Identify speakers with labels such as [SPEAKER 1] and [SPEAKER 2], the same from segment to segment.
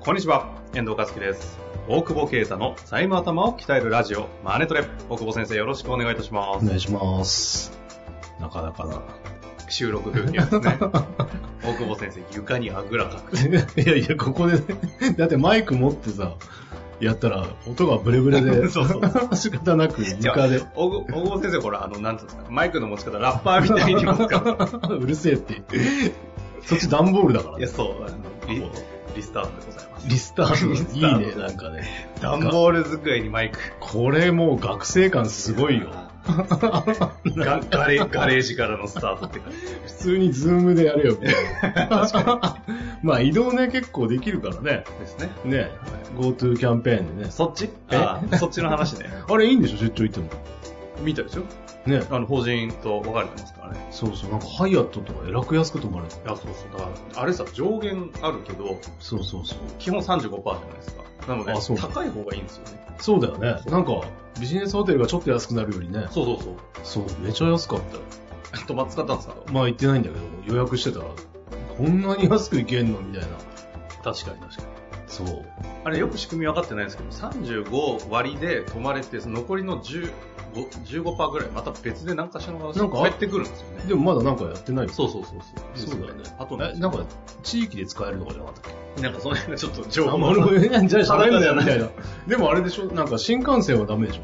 [SPEAKER 1] こんにちは、遠藤和樹です。大久保啓太の財務頭を鍛えるラジオ、マネトレ。大久保先生、よろしくお願いいたしま
[SPEAKER 2] お
[SPEAKER 1] す。
[SPEAKER 2] 願いします。なかなかな。
[SPEAKER 1] 収録風景ですね。 大久保先生、床にあぐらかく。
[SPEAKER 2] いやいや、ここでね、 だってマイク持ってさ、やったら音がブレブレ で、
[SPEAKER 1] そうそう。
[SPEAKER 2] 仕方なく 床で、
[SPEAKER 1] 大久大久保先生、これ、あの、なんていうんですか、マイクの持ち方、ラッパーみたいに持つ から。
[SPEAKER 2] うるせえって。そっち段ボールだから
[SPEAKER 1] いや、
[SPEAKER 2] ね。
[SPEAKER 1] そう、あのリ
[SPEAKER 2] こ
[SPEAKER 1] リスタートでございます。
[SPEAKER 2] うリスタート。
[SPEAKER 1] リ
[SPEAKER 2] い
[SPEAKER 1] スター
[SPEAKER 2] い
[SPEAKER 1] ト
[SPEAKER 2] ね、なんかね。
[SPEAKER 1] 段ボール机にマイク。
[SPEAKER 2] これもう学生感すごいよ。
[SPEAKER 1] ガガレガレージからのスタートって感じ。
[SPEAKER 2] 普通にズームでやれよ、みたいな。 まあ移動ね、結構できるからね。
[SPEAKER 1] ですね。
[SPEAKER 2] ね、GoTo キャンペーンでね。
[SPEAKER 1] そっち
[SPEAKER 2] え
[SPEAKER 1] あそっちの話ね。
[SPEAKER 2] あれいいんでしょ、出張行っても。
[SPEAKER 1] 見たでしょ
[SPEAKER 2] ね。
[SPEAKER 1] あの、法人と分かれてますからね。
[SPEAKER 2] そうそう、なんかハイアットとかで楽安く泊まれた。
[SPEAKER 1] いや、そうそう。だから、あれさ、上限あるけど、
[SPEAKER 2] そうそうそう。
[SPEAKER 1] 基本35%じゃないですか。なので、
[SPEAKER 2] あそうか
[SPEAKER 1] 高い方がいいんですよね。
[SPEAKER 2] そうだよね。なんか、ビジネスホテルがちょっと安くなるよりね。
[SPEAKER 1] そうそうそう。
[SPEAKER 2] そう、めちゃ安かったよ。
[SPEAKER 1] 泊まっ使ったんですか
[SPEAKER 2] まあ行ってないんだけど、予約してたら、こんなに安く行けんのみたいな。
[SPEAKER 1] 確かに確かに。
[SPEAKER 2] そう。
[SPEAKER 1] あれ、よく仕組み分かってないんですけど、35割で泊まれて、その残りの15 15%ぐらい、また別で何かしらの話
[SPEAKER 2] なんか
[SPEAKER 1] 返ってくるんですよね。
[SPEAKER 2] でもまだなんかやってないよ。
[SPEAKER 1] そうそうそうそう。
[SPEAKER 2] そうだよね。
[SPEAKER 1] あと
[SPEAKER 2] えなんか、地域で使えるのかじゃなかったっけ
[SPEAKER 1] なんかその辺がちょっと情
[SPEAKER 2] あ
[SPEAKER 1] 報
[SPEAKER 2] んまり俺じゃあ喋んなよ、
[SPEAKER 1] 裸
[SPEAKER 2] み
[SPEAKER 1] じ
[SPEAKER 2] たいな。でもあれでしょなんか新幹線はダメでし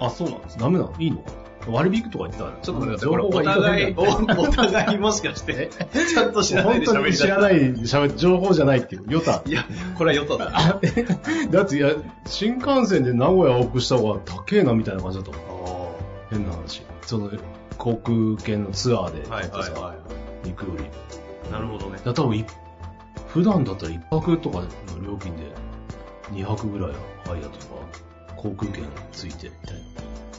[SPEAKER 2] ょ
[SPEAKER 1] あ、そうなんです。
[SPEAKER 2] ダメなのいいのかな割引とか言ってたら、
[SPEAKER 1] ちょっと待って、
[SPEAKER 2] 情
[SPEAKER 1] これ
[SPEAKER 2] 報が
[SPEAKER 1] お
[SPEAKER 2] いい加
[SPEAKER 1] 互
[SPEAKER 2] 減
[SPEAKER 1] い、
[SPEAKER 2] だ
[SPEAKER 1] おお互いもしかして、 ちゃんと知らない
[SPEAKER 2] 本
[SPEAKER 1] で
[SPEAKER 2] 当
[SPEAKER 1] 喋
[SPEAKER 2] に
[SPEAKER 1] りだ
[SPEAKER 2] 知ら
[SPEAKER 1] っ
[SPEAKER 2] ない、喋情報じゃないっていう。よた
[SPEAKER 1] た。。いや、これはよただ。あ
[SPEAKER 2] だっていや、新幹線で名古屋往復した方が高えなみたいな感じだったもん
[SPEAKER 1] あ。
[SPEAKER 2] 変な話。その、航空券のツアーで、
[SPEAKER 1] はい
[SPEAKER 2] ちょっ
[SPEAKER 1] はい
[SPEAKER 2] とさ
[SPEAKER 1] は
[SPEAKER 2] 行くより。だか
[SPEAKER 1] い。なるほどね。
[SPEAKER 2] ら多分い、普段だったら一泊とかの料金で、2泊ぐらいはハイアットとか、航空券ついてみたいな。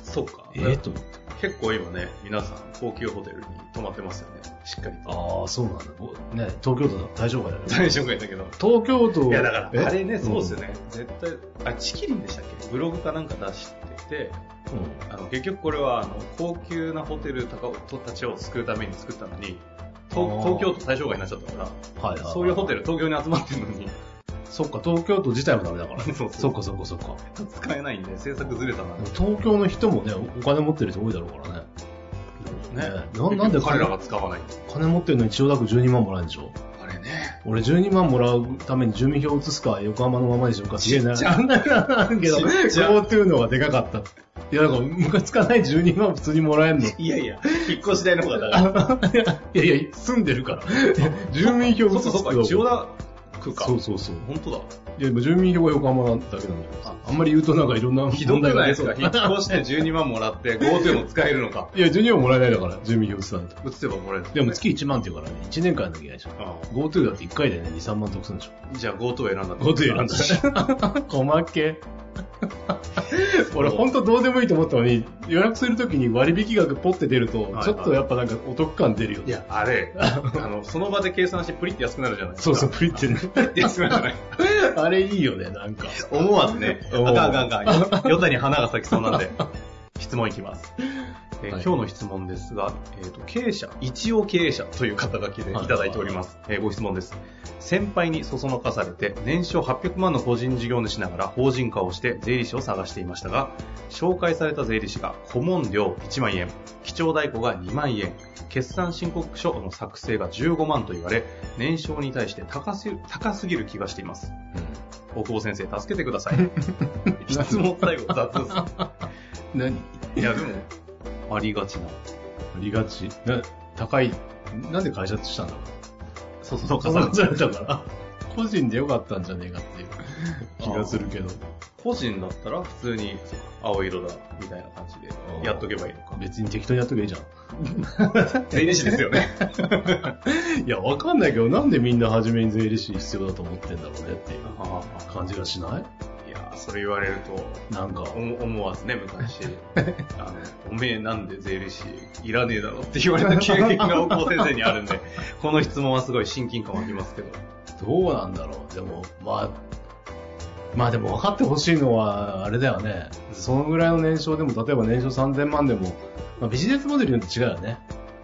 [SPEAKER 1] そうか。
[SPEAKER 2] ええと思って。
[SPEAKER 1] 結構今ね、皆さん高級ホテルに泊まってますよね。しっかりと。
[SPEAKER 2] ああ、そうなんだ。ぼね、東京都だと大丈夫だよね。
[SPEAKER 1] 大丈夫やったけど。
[SPEAKER 2] 東京都。
[SPEAKER 1] いやだから、
[SPEAKER 2] え
[SPEAKER 1] あれね、そうですよね。絶対、あ、チキリンでしたっけブログかなんか出してて、
[SPEAKER 2] うん。うん
[SPEAKER 1] あの、結局これは、あの、高級なホテルたちを救うために作ったのに、と
[SPEAKER 2] あー
[SPEAKER 1] 東京都対象外になっちゃったから、
[SPEAKER 2] はいはいはい。
[SPEAKER 1] そういうホテル東京に集まってるのに、
[SPEAKER 2] そっか、東京都自体もダメ だから。
[SPEAKER 1] そうそう
[SPEAKER 2] そっかそっかそっか。
[SPEAKER 1] 使えないんで、制作ずれたな。ね
[SPEAKER 2] 東京の人もね、お金持ってる人多いだろうからね。ななんで
[SPEAKER 1] 彼らが使わない
[SPEAKER 2] 金持ってるのに千代田区12万もらえるんでしょ
[SPEAKER 1] あれね。
[SPEAKER 2] 俺12万もらうために住民票移すか横浜のままでしょうかすげえな。
[SPEAKER 1] ちっちゃ
[SPEAKER 2] なんけど、
[SPEAKER 1] ちっちゃ
[SPEAKER 2] GoTo の方がでかかった。いや、なんかムカつかない12万普通にもらえんの。い
[SPEAKER 1] いやいや、引っ越し代の方が高い。
[SPEAKER 2] や いや、住んでるから。住民票移
[SPEAKER 1] そ
[SPEAKER 2] す
[SPEAKER 1] うかそう
[SPEAKER 2] か
[SPEAKER 1] か、千代田区か。
[SPEAKER 2] そうそうそう。
[SPEAKER 1] 本当だ。
[SPEAKER 2] いや、今住民票が横浜なだけなんだけどさ。あんまり言うとなんかいろんな
[SPEAKER 1] ひど
[SPEAKER 2] 問
[SPEAKER 1] くな
[SPEAKER 2] 題
[SPEAKER 1] いで
[SPEAKER 2] が出
[SPEAKER 1] す
[SPEAKER 2] そう
[SPEAKER 1] か
[SPEAKER 2] だ
[SPEAKER 1] 引っ越して12万もらって GoTo も使えるのか。
[SPEAKER 2] いや、12万もらえないだから、住民票移さないと。
[SPEAKER 1] 移せばもらえる、
[SPEAKER 2] でも月1万って言うからね、1年間やんなきゃいけないでしょ。
[SPEAKER 1] あ
[SPEAKER 2] GoTo だって1回でね、2、3万得するんでしょ。
[SPEAKER 1] あじゃあ GoTo 選んだ。
[SPEAKER 2] GoTo 選んだし。 細け。俺ほんとどうでもいいと思ったのに、予約するときに割引額ポッて出ると
[SPEAKER 1] いは、い
[SPEAKER 2] ちょっとやっぱなんかお得感出るよね。
[SPEAKER 1] いや、あれ、あの、その場で計算してプリって安くなるじゃないです
[SPEAKER 2] そ
[SPEAKER 1] か。
[SPEAKER 2] うそう、プリってね。
[SPEAKER 1] プリって安くなるじゃない。
[SPEAKER 2] あれいいよね、なんか。
[SPEAKER 1] 思わずね、あ
[SPEAKER 2] おう
[SPEAKER 1] かんあかんあかん。 よたに花が咲きそうなんで、質問いきます。えー
[SPEAKER 2] はい
[SPEAKER 1] 今日の質問ですが、えーと、経営者、一応経営者という肩書きでいただいております。えーご質問です。先輩にそそのかされて、年商800万の個人事業主ながら法人化をして税理士を探していましたが、紹介された税理士が顧問料1万円、基調代行が2万円、決算申告書の作成が15万と言われ、年商に対して高す高すぎる気がしています。大久保先生、助けてください。 質問最後、雑っ
[SPEAKER 2] 何
[SPEAKER 1] すいや、でも、ありがちな。
[SPEAKER 2] ありがち。な、高い。なんで会社したんだろう。
[SPEAKER 1] そうそう、
[SPEAKER 2] 重なっちゃったから。個人でよかったんじゃねえかっていう気がするけど。
[SPEAKER 1] 個人だったら、普通に、そうか青色だ、みたいな感じで、やっとけばいいのか。
[SPEAKER 2] 別に適当にやっとけばいいじゃん。
[SPEAKER 1] 税理士ですよね。
[SPEAKER 2] いや、わかんないけど、なんでみんな初めに税理士必要だと思ってんだろうねっていう感じがしない
[SPEAKER 1] やー、それ言われると、
[SPEAKER 2] いなんか、
[SPEAKER 1] おも思わずね、昔。 あのおめえなんで税理士いらねえだろって言われた経験が大久保先生にあるん で、この質問はすごい親近感湧きますけど。
[SPEAKER 2] どうなんだろう。でも、まあ、まあでも分かってほしいのは、あれだよね。そのぐらいの年商でも、例えば年商3000万でも、まあ、ビジネスモデルによって違うよね。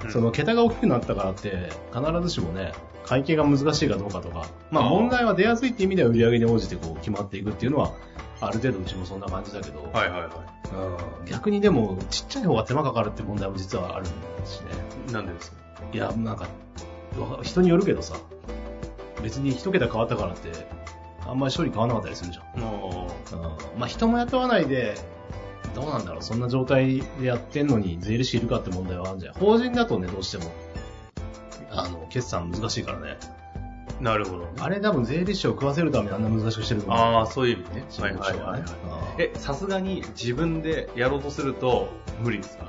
[SPEAKER 2] その桁が大きくなったからって、必ずしもね、会計が難しいかどうかとか、まあ
[SPEAKER 1] あー
[SPEAKER 2] 問題は出やすいって意味では売り上げに応じてこう決まっていくっていうのは、ある程度うちもそんな感じだけど、
[SPEAKER 1] はいはいは
[SPEAKER 2] うん逆にでも、ちっちゃい方が手間かかるって問題も実はあるんですしね。
[SPEAKER 1] い。なんでですか
[SPEAKER 2] いや、なんか、わか人によるけどさ、別に一桁変わったからって、あんまり処理変わらなかったりするじゃん。
[SPEAKER 1] あー
[SPEAKER 2] うんまあ人も雇わないで、どうなんだろう、そんな状態でやってんのに税理士いるかって問題はあるんじゃん。法人だとね、どうしても、あの、決算難しいからね。
[SPEAKER 1] なるほど。
[SPEAKER 2] あれ多分税理士を食わせるためにあんな難しくしてると思う。
[SPEAKER 1] ああ、そういう意味ね。
[SPEAKER 2] 信号書はねうん
[SPEAKER 1] え、さすがに自分でやろうとすると無理ですか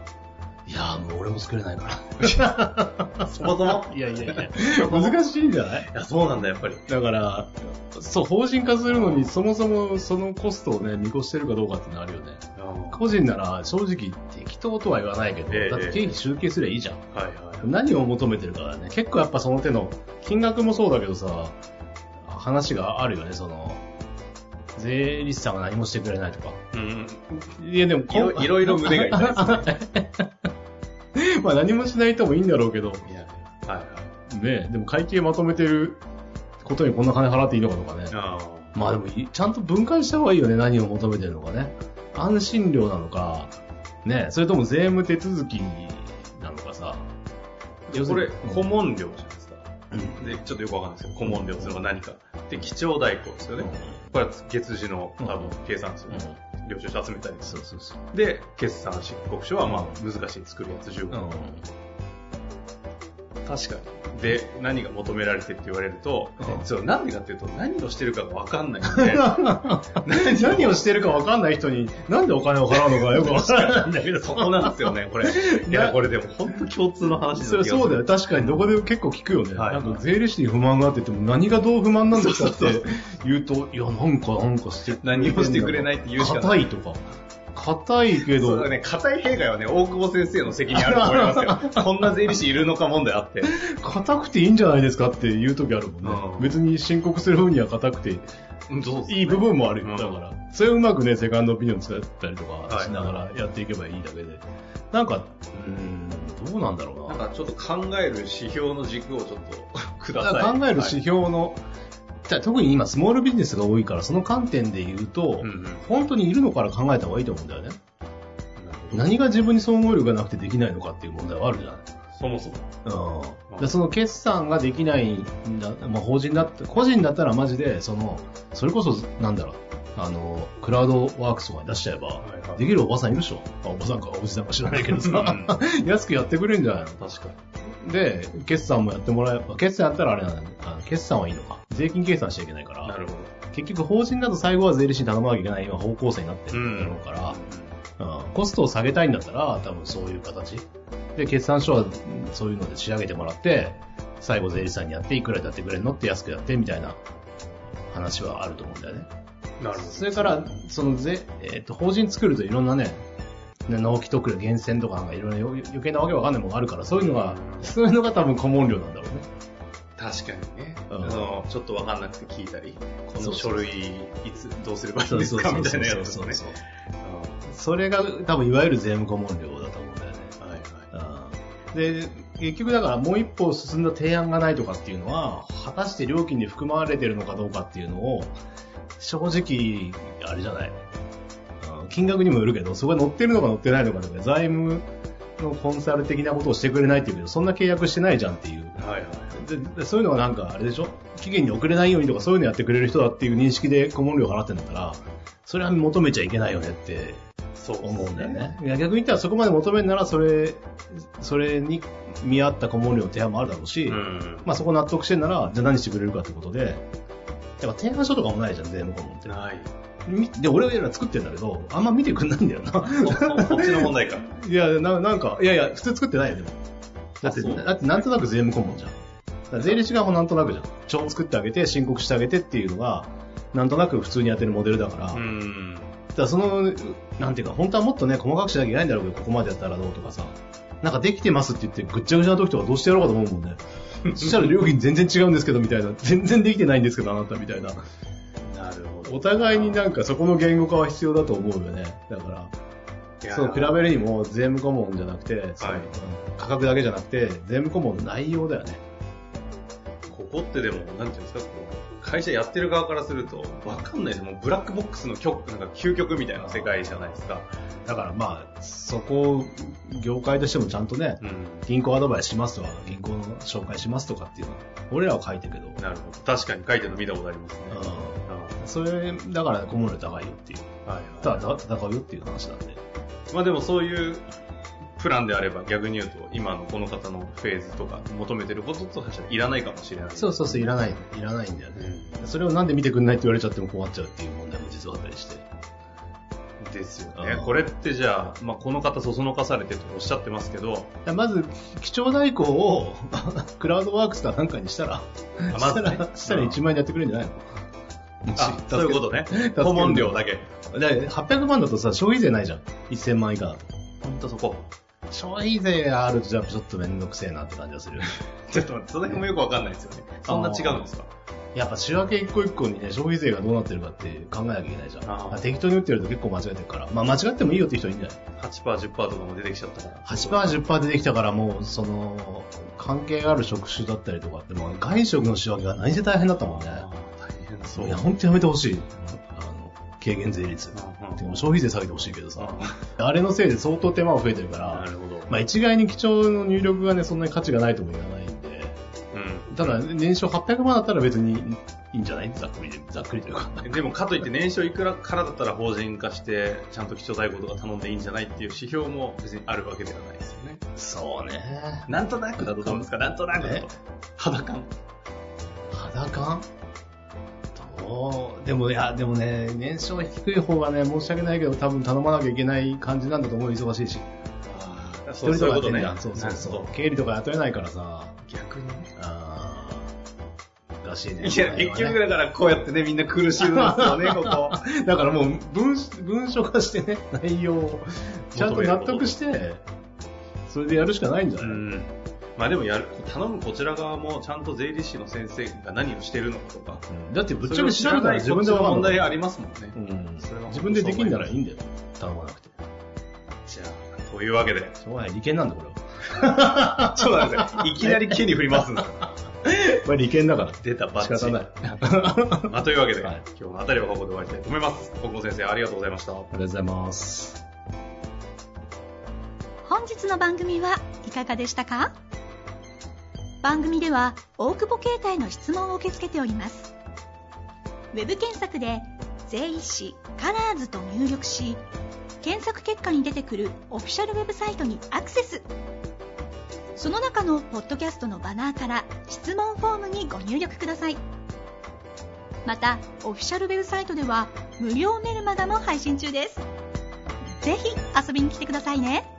[SPEAKER 2] いやーもう俺も作れないか
[SPEAKER 1] そもそ も
[SPEAKER 2] ら。いやいやいや、 難しいんじゃない
[SPEAKER 1] いや、そうなんだ、やっぱり。
[SPEAKER 2] だから、そう、法人化するのに、そもそもそのコストをね、見越してるかどうかってのあるよね。個人なら、正直、適当とは言わないけど、
[SPEAKER 1] ええ
[SPEAKER 2] だって経費集計すりゃいいじゃん。
[SPEAKER 1] はいは
[SPEAKER 2] 何を求めてるかだね。結構やっぱその手の、金額もそうだけどさ、話があるよね、その、税理士さんが何もしてくれないとか。
[SPEAKER 1] い。うん。
[SPEAKER 2] いや、でも
[SPEAKER 1] いろいろいろ胸が痛 いですね。
[SPEAKER 2] まあ何もしない人もいいんだろうけど、
[SPEAKER 1] いや、はいはい。
[SPEAKER 2] ねえでも会計まとめてることにこんな金払っていいのかとかね。
[SPEAKER 1] あ
[SPEAKER 2] まあでもい、ちゃんと分解した方がいいよね、何を求めてるのかね。安心料なのか、ね、それとも税務手続きなのかさ。
[SPEAKER 1] あ。これ、
[SPEAKER 2] こ
[SPEAKER 1] 顧問料じゃないですか。
[SPEAKER 2] うん
[SPEAKER 1] で、ちょっとよくわかんないですけど、顧問料っていうのが何か。で、基調代行ですよね。これは月次の多分計算ですよね。領収書集めたりす
[SPEAKER 2] そうそうそう。
[SPEAKER 1] る。で、決算申告書はまあ難しい作るやつ15
[SPEAKER 2] うん。
[SPEAKER 1] 確かに。で、何が求められてって言われると、
[SPEAKER 2] うん
[SPEAKER 1] そうなんでかっていうと、何をしてるかがわかんないん で、
[SPEAKER 2] 何をしてるかわかんない人に、なんでお金を払うのかよくわからないんだけ ど。
[SPEAKER 1] そこなんですよね、これ。いや、これでも本当共通の話です
[SPEAKER 2] それそうだよ。確かにどこでも結構聞くよね。
[SPEAKER 1] はい
[SPEAKER 2] なんか税理士に不満があってても何がどう不満なんですかって言うと、いや、なんか、なんかして、
[SPEAKER 1] 何もしてくれないって言うしかな
[SPEAKER 2] 硬
[SPEAKER 1] い。
[SPEAKER 2] いとか。硬いけ
[SPEAKER 1] そう
[SPEAKER 2] ど
[SPEAKER 1] だ、ね、硬い弊害はね、大久保先生の責任あると思います よ。こんな税理士いるのか問題あって。
[SPEAKER 2] 硬くていいんじゃないですかって言う時あるもんね。
[SPEAKER 1] うん
[SPEAKER 2] 別に申告する分には硬くて
[SPEAKER 1] そう
[SPEAKER 2] いい部分もあるよ。
[SPEAKER 1] うん
[SPEAKER 2] だから、それをうまくね、セカンドオピニオン使ったりとか
[SPEAKER 1] はい
[SPEAKER 2] しながらやっていけばいいだけで。なんか、うーん、どうなんだろう
[SPEAKER 1] なん
[SPEAKER 2] な。
[SPEAKER 1] かちょっと考える指標の軸をちょっとくだ
[SPEAKER 2] だ
[SPEAKER 1] さ
[SPEAKER 2] か
[SPEAKER 1] い。
[SPEAKER 2] ら考える指標の、じゃあ特に今スモールビジネスが多いから、その観点で言うと、
[SPEAKER 1] はいうんうんなる
[SPEAKER 2] 本当にいるのから考えた方がいいと思うんだよね。
[SPEAKER 1] ほど
[SPEAKER 2] 何が自分に総合力がなくてできないのかっていう問題はあるじゃない。
[SPEAKER 1] そもそも。
[SPEAKER 2] うん、でその決算ができないんだ、まあ、法人だって個人だったらマジでそのそれこそなんだろうあのクラウドワークスとかに出しちゃえば
[SPEAKER 1] はいはい
[SPEAKER 2] できるおばさんいるでしょあおばさんかおじさんか知らないけ ど
[SPEAKER 1] う
[SPEAKER 2] さ
[SPEAKER 1] ん
[SPEAKER 2] 安くやってくれるんじゃない
[SPEAKER 1] 確かに。
[SPEAKER 2] ので決算もやってもらえば決算やったらあれなんだあの決算はいいのか税金計算しちゃいけ ないから
[SPEAKER 1] なるほど。
[SPEAKER 2] 結局法人だと最後は税理士に頼まなきゃいけない今方向性になって
[SPEAKER 1] う
[SPEAKER 2] る
[SPEAKER 1] ん
[SPEAKER 2] だろうから、うんコストを下げたいんだったら、多分そういう形。で、決算書はうんそういうので仕上げてもらって、最後税理士さんにやって、いくらでやってくれるのって安くやって、みたいな話はあると思うんだよね。
[SPEAKER 1] なるほ
[SPEAKER 2] それから、その税、えっ、と、法人作るといろんなね、ね納期特例、源泉とかなんかいろいろ余余計なわけわかんないものがあるから、そういうのが、そういうのが多分顧問料なんだろうね。
[SPEAKER 1] ど。確かにね。
[SPEAKER 2] うん
[SPEAKER 1] あの、ちょっとわかんなくて聞いたり、こ
[SPEAKER 2] そ
[SPEAKER 1] の
[SPEAKER 2] うそ
[SPEAKER 1] 書
[SPEAKER 2] う
[SPEAKER 1] 類、いつ、どうすればいいんです かみたいなやつですね。
[SPEAKER 2] そうそうそう
[SPEAKER 1] う
[SPEAKER 2] それが多分いわゆる税務顧問料だと思うんだよね。
[SPEAKER 1] んはいはい。
[SPEAKER 2] で、結局だからもう一歩進んだ提案がないとかっていうのは、果たして料金に含まれてるのかどうかっていうのを、正直、あれじゃない。うん金額にもよるけど、そこが載ってるのか載ってないのかとか、財務のコンサル的なことをしてくれないっていうけど、そんな契約してないじゃんっていう。
[SPEAKER 1] はいはい。
[SPEAKER 2] ででそういうのはなんかあれでしょ期限に遅れないようにとかそういうのやってくれる人だっていう認識で顧問料払ってんだから、それは求めちゃいけないよねって
[SPEAKER 1] そうです
[SPEAKER 2] 思うんだよ。ね。いや逆に言ったらそこまで求めるならそれ、それに見合った顧問料の提案もあるだろうし、
[SPEAKER 1] うん。
[SPEAKER 2] まあそこ納得してんなら、じゃあ何してくれるかってことで、やっぱ提案書とかもないじゃん、税務顧問って。
[SPEAKER 1] ない。
[SPEAKER 2] みで、俺ら作ってんだけど、あんま見てくんないんだよな。
[SPEAKER 1] こっちの問題か。
[SPEAKER 2] いや、ななんか、いやいや、普通作ってないよ、でも。だって、
[SPEAKER 1] あそう
[SPEAKER 2] だってなんとなく税務顧問じゃん。だから税理士側もなんとなくじゃん。帳作ってあげて、申告してあげてっていうのが、なんとなく普通にやってるモデルだから、
[SPEAKER 1] う
[SPEAKER 2] だか
[SPEAKER 1] ん。
[SPEAKER 2] らその、なんていうか、本当はもっとね、細かくしなきゃいけないんだろうけど、ここまでやったらどうとかさ、なんかできてますって言って、ぐっちゃぐちゃな時とかどうしてやろうかと思うもんね。 そしたら料金全然違うんですけど、みたいな。全然できてないんですけど、あなたみたいな。
[SPEAKER 1] なるほど。
[SPEAKER 2] お互いになんかそこの言語化は必要だと思うよね。だから。そう、比べるにも税務顧問じゃなくて、その
[SPEAKER 1] はい
[SPEAKER 2] 価格だけじゃなくて、税務顧問の内容だよね。
[SPEAKER 1] ここってでも、なんていうんですか、こう会社やってる側からすると、わかんないですよもうブラックボックスの極なんか究極みたいな世界じゃないですか。
[SPEAKER 2] だからまあ、そこを業界としてもちゃんとね、
[SPEAKER 1] うん。
[SPEAKER 2] 銀行アドバイスしますとか、銀行の紹介しますとかっていうの、俺らは書いてるけど、
[SPEAKER 1] なるほど。確かに書いてるの見たことありますね。
[SPEAKER 2] う
[SPEAKER 1] うん
[SPEAKER 2] ん。それ、だから顧問料高いよっていう。
[SPEAKER 1] はい
[SPEAKER 2] ただ、戦うよっていう話なんで。
[SPEAKER 1] まあでもそういうプランであれば逆に言うと、今のこの方のフェーズとか求めてることとしてはいらないかもしれない。
[SPEAKER 2] そうそうそう、いらない、いらないんだよ
[SPEAKER 1] う
[SPEAKER 2] ね。
[SPEAKER 1] ん。
[SPEAKER 2] それをなんで見てくんないって言われちゃっても困っちゃうっていう問題も実はあったりして。
[SPEAKER 1] ですよね
[SPEAKER 2] う。ん
[SPEAKER 1] これってじゃあ、まあこの方そそのかされてとおっしゃってますけど、
[SPEAKER 2] いやまず、基調代行を クラウドワークスかなんかにしたら、
[SPEAKER 1] あま
[SPEAKER 2] し
[SPEAKER 1] ず
[SPEAKER 2] た
[SPEAKER 1] ね
[SPEAKER 2] ら、したら1万円やってくれるんじゃないの
[SPEAKER 1] あ、そういうことね。
[SPEAKER 2] け
[SPEAKER 1] 顧問料だけ。
[SPEAKER 2] と。だから800万だとさ、消費税ないじゃん。1000万以下だと。
[SPEAKER 1] ほんとそこ。
[SPEAKER 2] 消費税あるとじゃあちょっとめんどくせえなって感じがする。
[SPEAKER 1] ちょっと待って、その辺もよくわかんないですよね。そんな違うんですか
[SPEAKER 2] やっぱ仕分け一個一個にね、消費税がどうなってるかって考えなきゃいけないじゃん。
[SPEAKER 1] あー
[SPEAKER 2] まあ適当に打ってると結構間違えてるから。まあ間違ってもいいよって人はいいんじゃない
[SPEAKER 1] ?8%、10%とかも出てきちゃったから。
[SPEAKER 2] 8%、10%出てきたからもう、その、関係ある職種だったりとかって、もう外食の仕分けが何せ大変だったもんね。
[SPEAKER 1] あー大変そう。
[SPEAKER 2] いや、本当やめてほしい。あの、軽減税率。
[SPEAKER 1] うんうん
[SPEAKER 2] でも消費税下げてほしいけどさ、
[SPEAKER 1] あ
[SPEAKER 2] あれのせいで相当手間が増えてるか
[SPEAKER 1] な
[SPEAKER 2] ら、
[SPEAKER 1] るほど。
[SPEAKER 2] まあ一概に基調の入力がね、そんなに価値がないとも言わないんで、
[SPEAKER 1] う
[SPEAKER 2] ただ年賞800万だったら別にいいんじゃないざっくりで、ざっくりというか。
[SPEAKER 1] ん。 でも、かといって年商いくらからだったら法人化して、ちゃんと基調代行とか頼んでいいんじゃないっていう指標も別にあるわけではないですよね。
[SPEAKER 2] そうね。
[SPEAKER 1] なんとなくだとどうですかなんとなくだと
[SPEAKER 2] え。
[SPEAKER 1] 肌感。
[SPEAKER 2] 肌感どうでも、いや、でもね、年賞低い方がね、申し訳ないけど、多分頼まなきゃいけない感じなんだと思う、忙しいし。
[SPEAKER 1] そうそういうことね
[SPEAKER 2] 一人とかやってんじ
[SPEAKER 1] な
[SPEAKER 2] ゃん。。そうそう
[SPEAKER 1] る
[SPEAKER 2] そ
[SPEAKER 1] ほ
[SPEAKER 2] う。経理とか雇えないからさ、
[SPEAKER 1] ど逆にね。
[SPEAKER 2] あー難しい
[SPEAKER 1] い
[SPEAKER 2] ね。
[SPEAKER 1] や、
[SPEAKER 2] この辺
[SPEAKER 1] 結
[SPEAKER 2] はね
[SPEAKER 1] 局だからこうやってね、みんな苦しむんですよね、こ こ。
[SPEAKER 2] だからもう文文書化して ね、内容をちゃんと納得して、それでやるしかないんじゃ
[SPEAKER 1] う
[SPEAKER 2] ない、
[SPEAKER 1] んまあでもやる、頼むこちら側もちゃんと税理士の先生が何をしてるのかとか、
[SPEAKER 2] だってぶっち
[SPEAKER 1] そ
[SPEAKER 2] ゃけ
[SPEAKER 1] れを知
[SPEAKER 2] 調
[SPEAKER 1] ら
[SPEAKER 2] べた
[SPEAKER 1] な
[SPEAKER 2] ら
[SPEAKER 1] い
[SPEAKER 2] 自
[SPEAKER 1] こっ
[SPEAKER 2] 分
[SPEAKER 1] ち
[SPEAKER 2] で
[SPEAKER 1] の
[SPEAKER 2] 分か
[SPEAKER 1] 問
[SPEAKER 2] んな
[SPEAKER 1] 題
[SPEAKER 2] い
[SPEAKER 1] ありますもんね。
[SPEAKER 2] うん
[SPEAKER 1] それは本当
[SPEAKER 2] 自分でできんならいいんだよ。頼まなくて。
[SPEAKER 1] じゃあ、というわけ で、
[SPEAKER 2] しょうがない。利権なんだ、 これは。
[SPEAKER 1] そうなんですよ。いきなり木に振りますんで
[SPEAKER 2] これ利権だから。
[SPEAKER 1] 出たばっ
[SPEAKER 2] 仕
[SPEAKER 1] ち
[SPEAKER 2] 方ない。ありがとう
[SPEAKER 1] まあ、というわけで、
[SPEAKER 2] はい
[SPEAKER 1] 今日のあたりはここで終わりたいと思います。国語先生、ありがとうございました。
[SPEAKER 2] ございます。
[SPEAKER 3] 本日の番組はいかがでしたか番組では大久保携帯の質問を受け付けておりますウェブ検索で「税理士カラーズと入力し検索結果に出てくるオフィシャルウェブサイトにアクセスその中のポッドキャストのバナーから質問フォームにご入力くださいまたオフィシャルウェブサイトでは無料メルマガも配信中ですぜひ遊びに来てくださいね